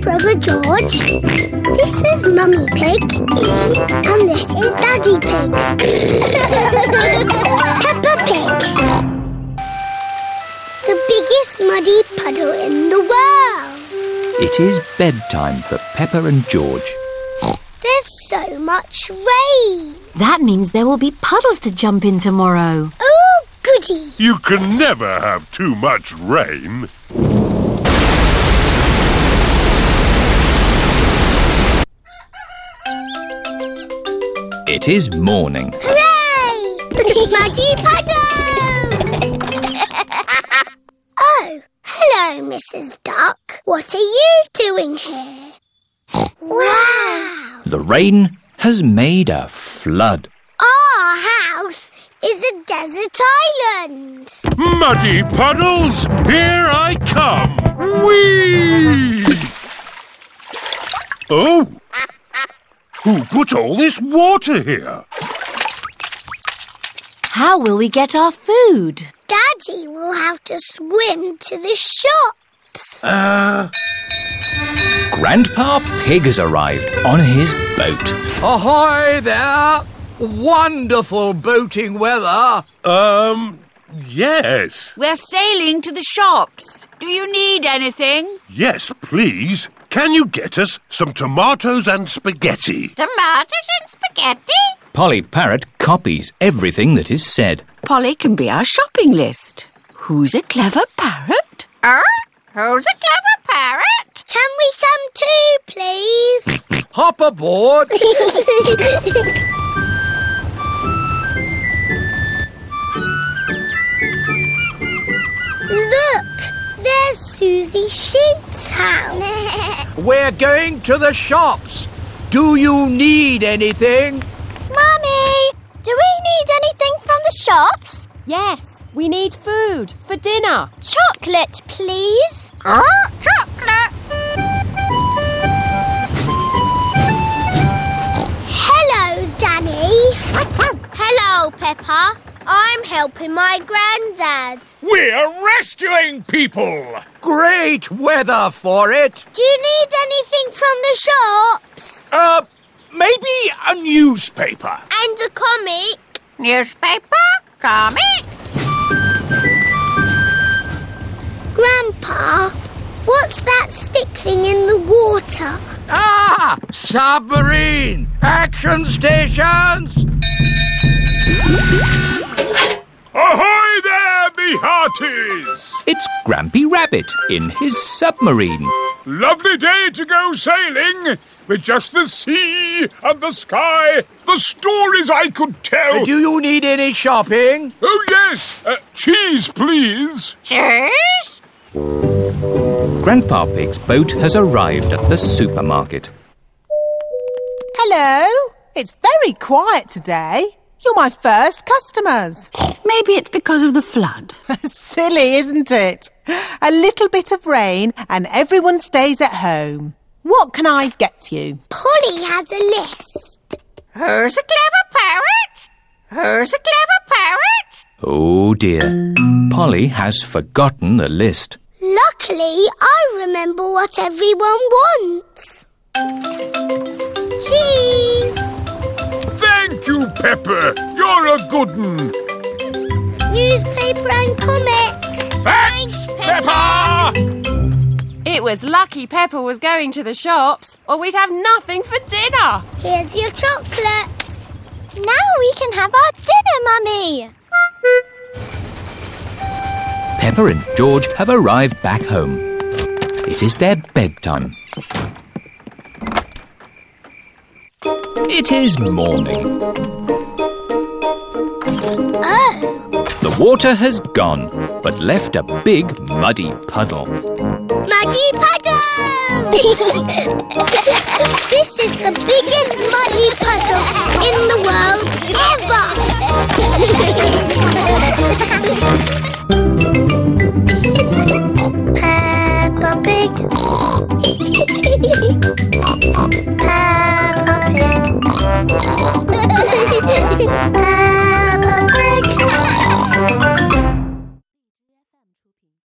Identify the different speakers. Speaker 1: Brother George. This is Mummy Pig. And this is Daddy Pig. Peppa Pig. The biggest muddy puddle in the world.
Speaker 2: It is bedtime for Pepper and George.
Speaker 1: There's so much rain.
Speaker 3: That means there will be puddles to jump in tomorrow.
Speaker 1: Oh, goody.
Speaker 4: You can never have too much rain.
Speaker 2: It is morning.
Speaker 1: Hooray! Muddy puddles! oh, hello, Mrs. Duck. What are you doing here? Wow!
Speaker 2: The rain has made a flood.
Speaker 1: Our house is a desert island.
Speaker 4: Muddy puddles, here I come. Whee! Oh! Who put all this water here?
Speaker 3: How will we get our food?
Speaker 1: Daddy will have to swim to the shops.
Speaker 2: Grandpa Pig has arrived on his boat.
Speaker 5: Ahoy there! Wonderful boating weather!
Speaker 4: Um, yes.
Speaker 6: We're sailing to the shops. Do you need anything?
Speaker 4: Yes, please. Can you get us some tomatoes and spaghetti?
Speaker 6: Tomatoes and spaghetti?
Speaker 2: Polly Parrot copies everything that is said.
Speaker 6: Polly can be our shopping list. Who's a clever parrot? Er? Who's a clever parrot?
Speaker 1: Can we come too, please?
Speaker 5: Hop aboard!
Speaker 1: Look, there's Susie Sheep's house.
Speaker 5: We're going to the shops. Do you need anything?
Speaker 1: Mummy, do we need anything from the shops?
Speaker 7: Yes, we need food for dinner.
Speaker 1: Chocolate, please. chocolate. Hello, Danny. Hello, Peppa. I'm helping my granddad.
Speaker 8: We're rescuing people!
Speaker 5: Great weather for it.
Speaker 1: Do you need anything from the shops?
Speaker 8: Uh, maybe a newspaper.
Speaker 1: And a comic?
Speaker 6: Newspaper? Comic?
Speaker 1: Grandpa, what's that stick thing in the water?
Speaker 5: Ah! Submarine! Action stations!
Speaker 4: Ahoy there, me hearties!
Speaker 2: It's Grampy Rabbit in his submarine.
Speaker 4: Lovely day to go sailing with just the sea and the sky, the stories I could tell.
Speaker 5: Do you need any shopping?
Speaker 4: Oh, yes! Uh, cheese, please!
Speaker 6: Cheese?
Speaker 2: Grandpa Pig's boat has arrived at the supermarket.
Speaker 9: Hello. It's very quiet today. You're my first customers.
Speaker 6: Maybe it's because of the flood.
Speaker 9: Silly, isn't it? A little bit of rain and everyone stays at home. What can I get you?
Speaker 1: Polly has a list.
Speaker 6: Who's a clever parrot? Who's a clever parrot?
Speaker 2: Oh dear. Polly has forgotten the list.
Speaker 1: Luckily, I remember what everyone wants. Cheese!
Speaker 4: Thank you, Pepper. You're a good un.
Speaker 1: Newspaper and comic.
Speaker 4: Thanks, Pepper!
Speaker 7: It was lucky Pepper was going to the shops, or we'd have nothing for dinner.
Speaker 1: Here's your chocolates. Now we can have our dinner, Mummy.
Speaker 2: Pepper and George have arrived back home. It is their bedtime. It is morning.
Speaker 1: Oh,
Speaker 2: The water has gone, but left a big muddy puddle.
Speaker 1: muddy puddle! this is the biggest muddy puddle in the world ever.